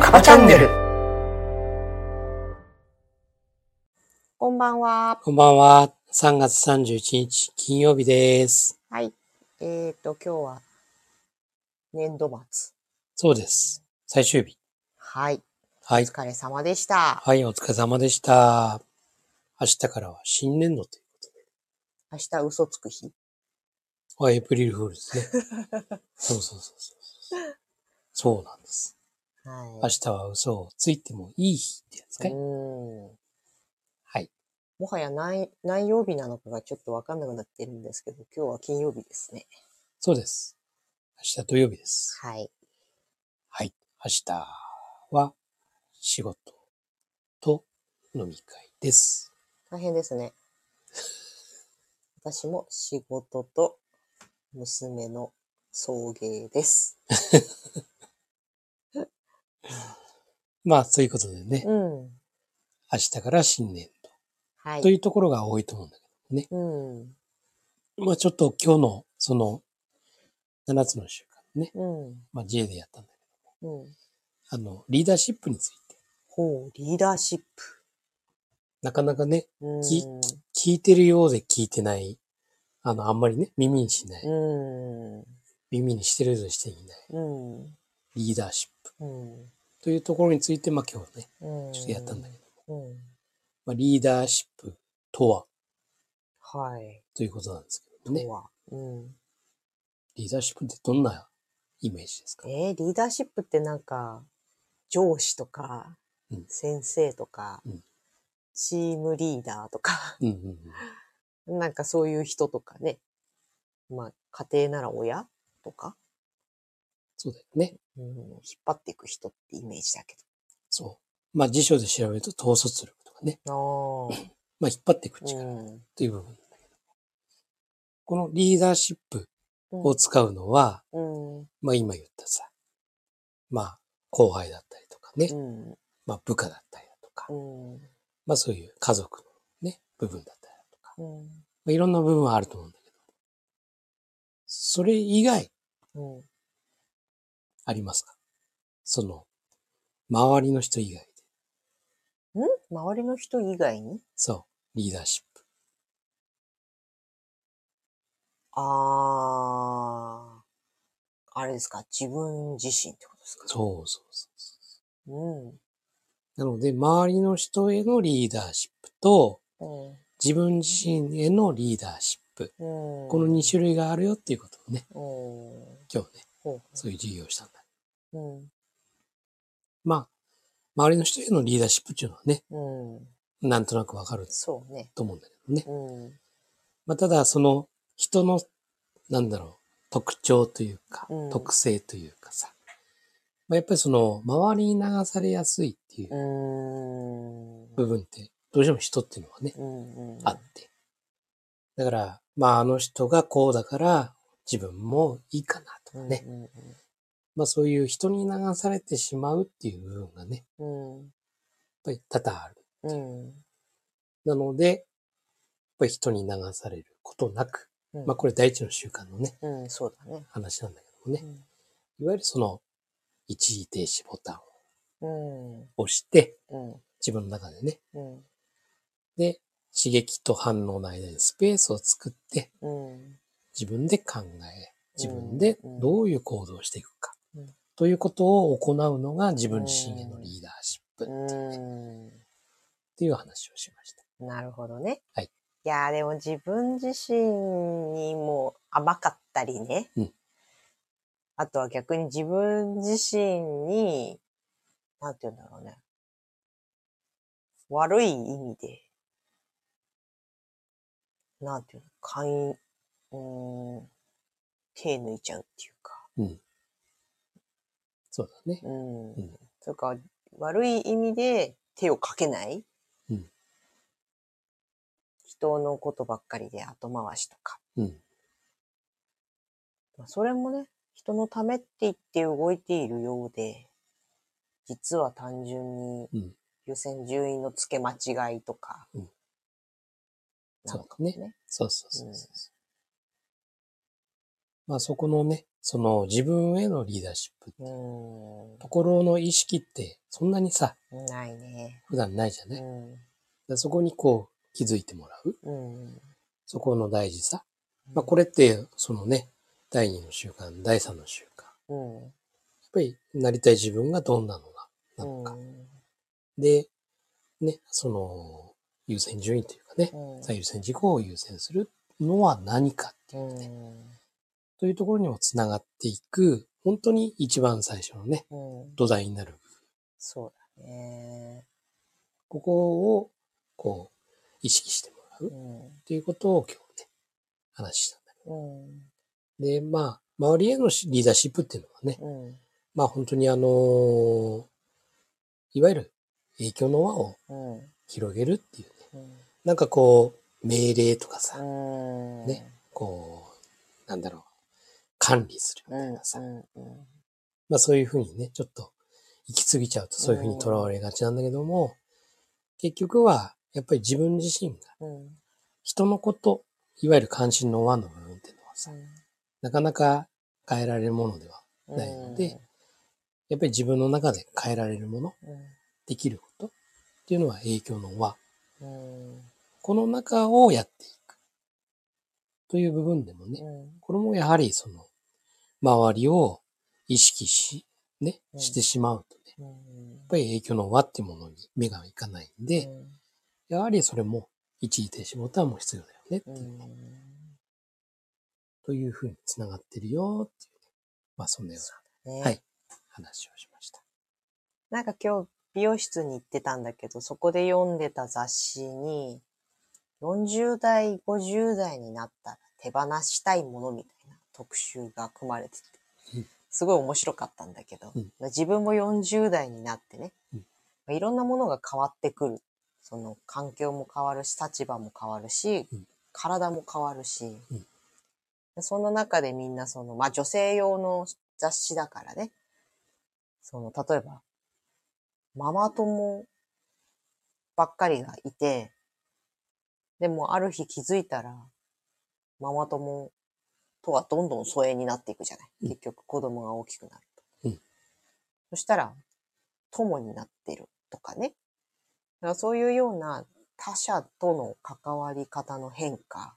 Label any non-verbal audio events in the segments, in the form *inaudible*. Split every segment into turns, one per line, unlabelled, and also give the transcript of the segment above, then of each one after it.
カバチャンネル。
こんばんは。
こんばんは。3月31日金曜日です。
はい。えっ、ー、と、今日は、年度末。
そうです。最終日。
はい。
は
お
い。
疲れ様でした。
はい、お疲れ様でした。明日からは新年度という
明日嘘つく日。
ことで。あ、エイプリルフー
*laughs*
ルですね。そうそうそうそう。そうなんです。明
は
日は嘘をついてもいい日ってやつ
い。
か
うー
い
ん。
はい。
もはや何、何曜日なのかがちょっとわかんなくなってるんですけど、今日は金曜日ですね。
そうです。明日土曜日です。
はい。
はい。明日は仕事と飲み会です。
大変です
*laughs*
ね。私も仕事と娘の送迎です。
まあ、そういうことでね、
うん。
明日から新年度
は
と
い。
いうところが多いと思うんだけどね。
うん。う
まあちょっと今日のその7つの習慣ね、
ん。
まあ J でやったんだけ
うん。
ど、あの、リーダーシップについて、
ほう、リーダーシップ。
なかなかね、
うん
き聞いてるようで聞いてない、あの、あんまりね、耳にしない、
うん。
耳にしてるようでしていない、
うん。
リーダーシップ
うん。
というところについて、まあ今日ね、
うん
ちょっとやったんだけど、
うん。
まあリーダーシップとは
はい。
ということなんですけどね
と、は。うん。
リーダーシップってどんなイメージですか
えー、リーダーシップってなんか、上司とか
うん、
先生とか
うん、
チームリーダーとか、
うんうんうん。
なんかそういう人とかね。まあ、家庭なら親とか、
そうだよね。
うん、引っ張っていく人ってイメージだけ
そう。まあ辞書で調べると統率力とかね、
ど。ああ。
まあ引っ張っていく力。
うん。
という部分なんだけど。このリーダーシップ
うん
を使うのは、
うん。
まあ今言ったさ、まあ後輩だったりとかね、
うん。
まあ部下だったりだとか
う、ん。
まあそういう家族のね、部分だったりだとか、
うん。
まあ、いろんな部分はあると思うんだけど、それ以外
うん。
ありますかその、周りの人以外で、
周りの人以外に
そう、リーダーシップ。
ああ、あれですか、自分自身ってことですか。。
そうそうそうそう
ん。
う。なので、周りの人へのリーダーシップと、
うん。
自分自身へのリーダーシップ。
うん、
この2種類があるよっていうことをね、
うん。
今日ね、
ほ
そういう授業をしたんだ。
う。うん。
まあ、周りの人へのリーダーシップっていうのはね、
うん。
なんとなくわかる
そうね。
と思うんだけどね。
うん。
まあ、ただ、その人の、なんだろう、特徴というか
うん、
特性というかさ、まあ、やっぱりその、周りに流されやすいっていう
うーん。
部分って、どうしても人っていうのはね、
うん。うん。
あって。だから、まあ、あの人がこうだから、自分もいいかなとか
うん、
ね。まあ、そういう人に流されてしまうっていう部分がね、
うん。
やっぱり多々ある。
うん。
なので、やっぱり人に流されることなく、
うん。
まあこれ第一の習慣のね、
うん、そうだね。
話なんだけども
う
ね、
ん
いわゆるその一時停止ボタンを
うん。
押して、
うん。
自分の中でね、
うん。
で、刺激と反応の間にスペースを作って、
うん。
自分で考え、自分でどういう行動をしていくか
うん、
ということを行うのが自分自身へのリーダーシップっていう,、
うん。
っていう話をしました。
なるほどね。
はい。
やーでも自分自身にも甘かったりね。
うん
あとは逆に自分自身に、なんて言うんだろうね。悪い意味で、なんていうの、簡易、うーん、手抜いちゃうっていうか。
そうだね。
うん。
うん
それか、悪い意味で手をかけない、
うん
人のことばっかりで後回しとか。
うん。
まあそれもね、人のためって言って動いているようで、実は単純に
うん
優先順位の付け間違いとか。
うん
なのか
そう
も
だねそうそうそうそうそう。まあそこのね、その自分へのリーダーシップ、ところの意識ってそんなにさ、
うん。ないね。
普段ないじゃ
う
ない、だか
ん。
らそこにこう気づいてもらう。
うん。
そこの大事さ。まあこれって、そのね、第2の習慣、第3の習慣。や
うん。
っぱりなりたい自分がどんなのが、なのか。
うん
で、ね、その優先順位というかね、
うん
最優先事項を優先するのは何かっていうね、というところにもつながっていく、本当に一番最初のね、
うん。うん。
土台になる。
そうだね。
ここを、こう、意識してもらうっ
うん。
ていうことを今日ね、話したんだ
うん。
けど。で、まあ、周りへのリーダーシップっていうのはね、
うん。
まあ本当にあのーいわゆる影響の輪を
うん。
広げるっていうね、
うん
なんかこう、命令とかさ、
うん。
ねこう、なんだろう、管理するみ
う
たい
ん。
なさ、
うん。うん。
まあそういうふうにね、ちょっと行き過ぎちゃうとそういうふうにとらわれがちなんだけども、結局はやっぱり自分自身が
うん。
人のこと、いわゆる関心の輪の部分っていうのはさ、なかなか変えられるものでは、
うん
ないので、やっぱり自分の中で変えられるもの、できることっていうのは影響の輪。
うん。
この中をやっていく。という部分でもね、
うん。
これもやはりその、周りを意識し、ね、
うん
してしまうとね、
うん。
やっぱり影響の輪ってものに目がいかないんで、やはりそれも一時停止ボタンも必要だよねって
うん。
い
う
う、ね
ん。
というふうに繋がってるよっていう、ね、まあそんなよう
ね、
はいな話をしました。
なんか今日美容室に行ってたんだけど、そこで読んでた雑誌に、40代、50代になったら手放したいものみたいな特集が組まれて
う
て
ん、
すごい面白かったんだけど、
うん
まあ自分も40代になってね
うん、
まあいろんなものが変わってくる。その環境も変わるし、立場も変わるし
うん、
体も変わるし
うん、
でそんな中でみんなその、まあ女性用の雑誌だからね、その、例えば、ママ友ばっかりがいて、でもある日気づいたら、ママ友とはどんどん疎遠になっていくじゃない。
うん
結局子供が大きくなると。
うん
そしたら、友になってるとかね。だからそういうような他者との関わり方の変化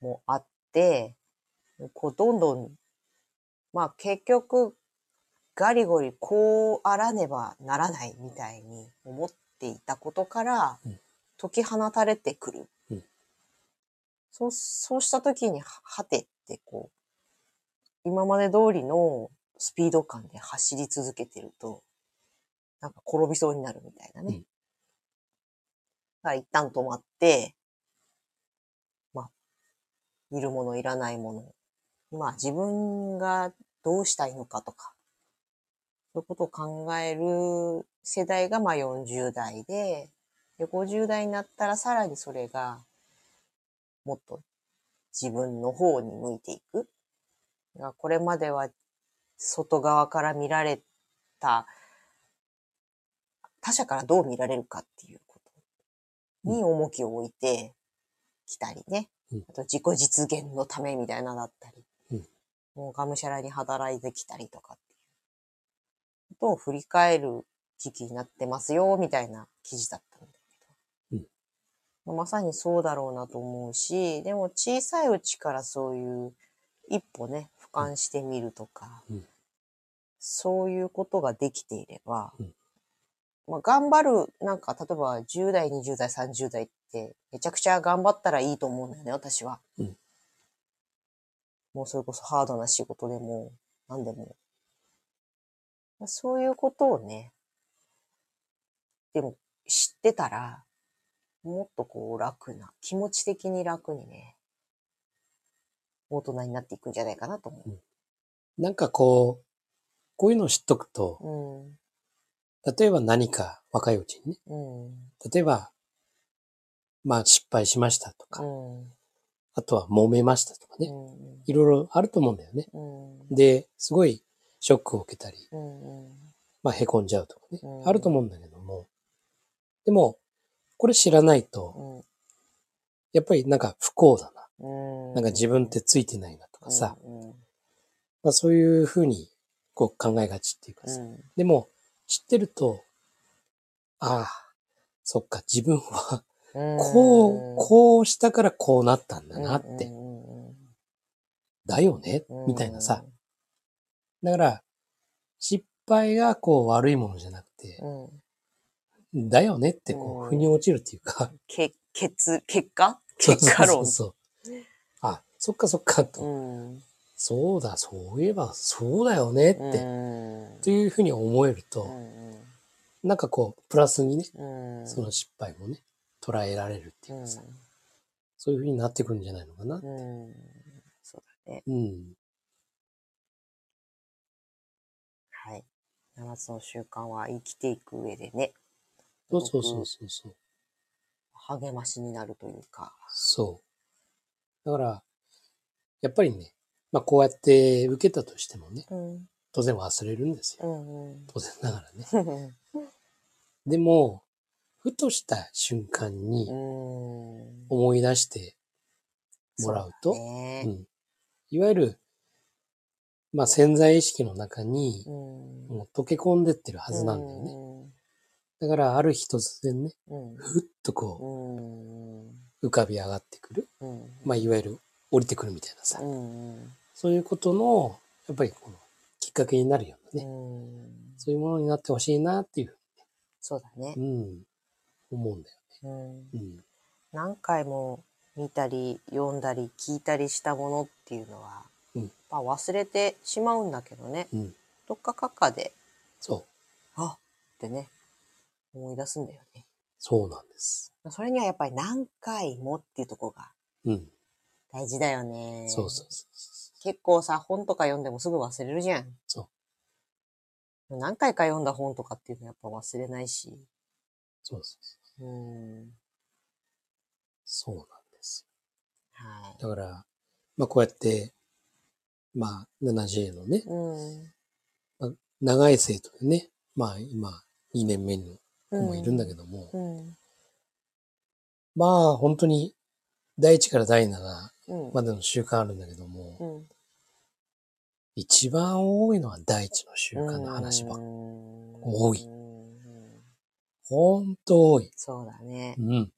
もあって、こうどんどん、まあ結局ガリゴリこうあらねばならないみたいに思っていたことから
うん
解き放たれてくる。
うん
そう、そうした時にははてってこう、今まで通りのスピード感で走り続けてると、なんか転びそうになるみたいなね。
うん
だから一旦止まって、まあ、いるものいらないもの、まあ自分がどうしたいのかとか、そういうことを考える世代がまあ40代で、で、50代になったらさらにそれが、もっと自分の方に向いていく。だからこれまでは外側から見られた、他者からどう見られるかっていうことに重きを置いてきたりね。
うん
あと自己実現のためみたいなのだったり。
うん
もうがむしゃらに働いてきたりとかっていうことを振り返る時期になってますよ、みたいな記事だったんだけど。まあまさにそうだろうなと思うし、でも小さいうちからそういう一歩ね、俯瞰してみるとか、
うん
そういうことができていれば、
うん
まあ頑張る、なんか例えば10代、20代、30代ってめちゃくちゃ頑張ったらいいと思うんだよね、私は。
うん
もうそれこそハードな仕事でも、何でも。まあそういうことをね、でも知ってたら、もっとこう楽な、気持ち的に楽にね、大人になっていくんじゃないかなと思
なんかこう、こういうのを知っとくと、
う。
例えば何か若いうちにね、
うん。うん。
例えば、まあ失敗しましたとか、
うん。
あとは揉めましたとかね、
う
いろいろあると思うんだよね。
ん。うん。
で、すごいショックを受けたり、
うん。
まあ、へこんじゃうとかね
う、ん
あると思うんだけども、でも、これ知らないと、やっぱりなんか不幸だな。
うん。
なんか自分ってついてないなとかさ、
うん、うん
まあ、そういうふうにこう考えがちっていうかさ、
うん
でも知ってると、ああ、そっか、自分は
うん
こう、こうしたからこうなったんだなって、
うんうんうん
だよね
うん、
みたいなさ。だから、失敗がこう悪いものじゃなくて、
うん、
だよねってこ
うん
う、腑に落ちるっていうか、
け結結果
そ
*laughs*
う
結果
そ
論
うそうそう。あ、そっかそっかと、
うん
そうだ、そういえば、そうだよねって、
うん
というふうに思える
う
と、
ん
なんかこう、プラスにね、
うんうん
その失敗もね、捉えられるっていうかさ、そういうふうになってくるんじゃないのかな。
うんうんそうだね
うん。
はい7つの習慣は生きていく上でね
そうそうそうそうそう。
励ましになるというか
そう。だから、やっぱりね、まあこうやって受けたとしてもね、
うん
当然忘れるんですよ。
うんうん
当然ながらね。でも、ふとした瞬間に
うん
思い出してもらうと、
そうだ
う
ね
ん、いわゆる、まあ潜在意識の中に
うん
もう溶け込んでってるはずなんだよね。だからある日突然ね、
うん
ふっと
う
こ
ん
う浮かび上がってくる。
うん
まあいわゆる降りてくるみたいなさ
う。ん
そういうことの、やっぱりこのきっかけになるようなね、
うん
そういうものになってほしいなっていう、
そうだね
うん、思うんだよ。
うん
うん。
何回も見たり読んだり聞いたりしたものっていうのは、
うん
やっぱ忘れてしまうんだけどね、
うん
どっかかっかで
そ
「
う。
あっ!」ってね思い出すんだよね。
そうなんです。
それにはやっぱり何回もっていうとこが
うん。
大事だよね。
そうそうそうそう。
結構さ本とか読んでもすぐ忘れるじゃん。
そ
何回か読んだ本とかっていうのはやっぱ忘れないし。
そうそうそう。
うん。
そうなんです。
はい。
だから、まあこうやって、まあ 7J のね、
うん。
長い生徒でね、まあ今2年目の子もいるんだけども、
うん。
まあ本当に第1から第7
うん。
までの習慣あるんだけども、
うん。
一番多いのは第1の習慣の話ばっかり多い
うん
ほんと多い。
そうだね
う。ん。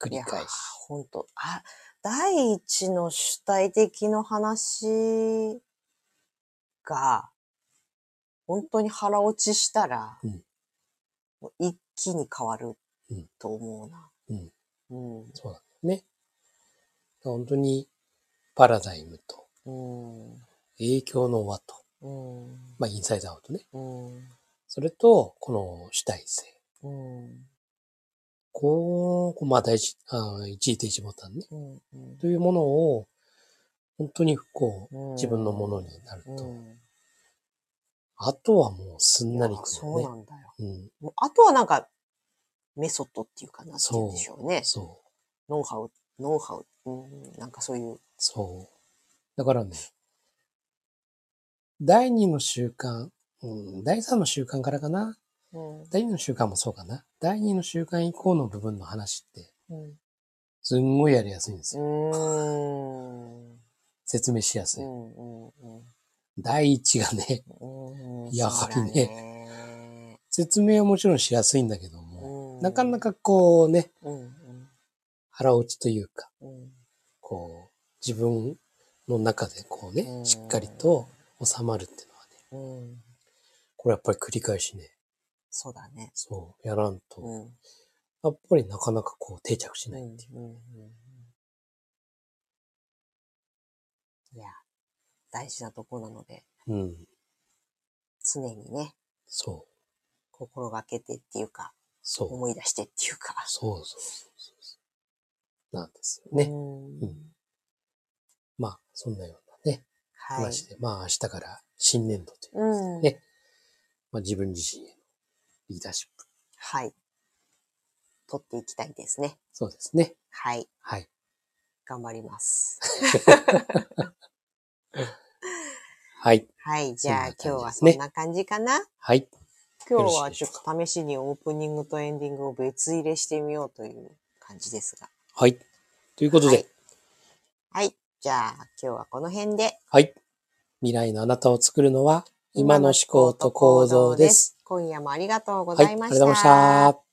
繰
い
り
や
返し。
ほんと。あ、第一の主体的の話が、本当に腹落ちしたら、
うん
もう一気に変わる
うん
と思うな。
うん
うん。
そうなんだよね。本当に、パラダイムと、
うん。
影響の輪と、
うん。
まあ、インサイドアウトね。
うん。
それと、この主体性。
うん。
こう、こうまあ、第一、あー一位停止ボタンね。
うん。
というものを、本当に、こう
うん、
自分のものになる
う
と、
ん。
あとはもうすんなり
いや
くる
そう
よ
なんだよ。
ね。うん。
もうあとはなんか、メソッドっていうかなっていうんでしょうね。
そう。
ノウハウ、ノウハウ、うん、なんかそういう。
そう。だからね、第2の習慣、うん、第3の習慣からかな。
うん。
第2の習慣もそうかな。第2の習慣以降の部分の話って、
うん。
すんごいやりやすいんです
う
よ。
ん。
説明しやす
う
い。
んうんうん
第1がね、 *laughs*
うん
やはり
ね。
説明はもちろんしやすいんだけども、
うん
なかな。かこうね、
うんうん
腹落ちというか、
うん
こう、自分の中でこう
う
ね、
ん
しっかりと収まるっていうのはね、
うん。
これやっぱり繰り返しね、
そうだね。
そう、やらん
う
と、
ん。
やっぱりなかなかこう定着し
うん
ない。
うんいや、大事なとこなので、
うん、
常にね、
そう、
心がけてっていうか、
そう。
思い出してっていうか。
そうそうそうそうそう。なんですよね。
うん
うんまあ、そんなようなね、
はい。
話で、まあ、明日から新年度という、
うん。
ねまあ、自分自身へのリーダーシップ。
はい。取っていきたいですね。
そうですね。
はい。
はい。
頑張ります。
はい。
はい。じゃあ、
そん
今日
な感
は
*laughs* じです
そ
ね
んな感じかな。
はい。
今日
よろしい
は
で
ち
しょ
ょっ
うか
と試しにオープニングとエンディングを別入れしてみようという感じですが。
はい。ということで、
はい。じゃあ、今日はこの辺で。
はい。未来のあなたを作るのは、今の思考と行動です。。
今夜もありがとうご
は
ざ
い、あ
い
り
ま
がとう
し
ござい
た。
ました。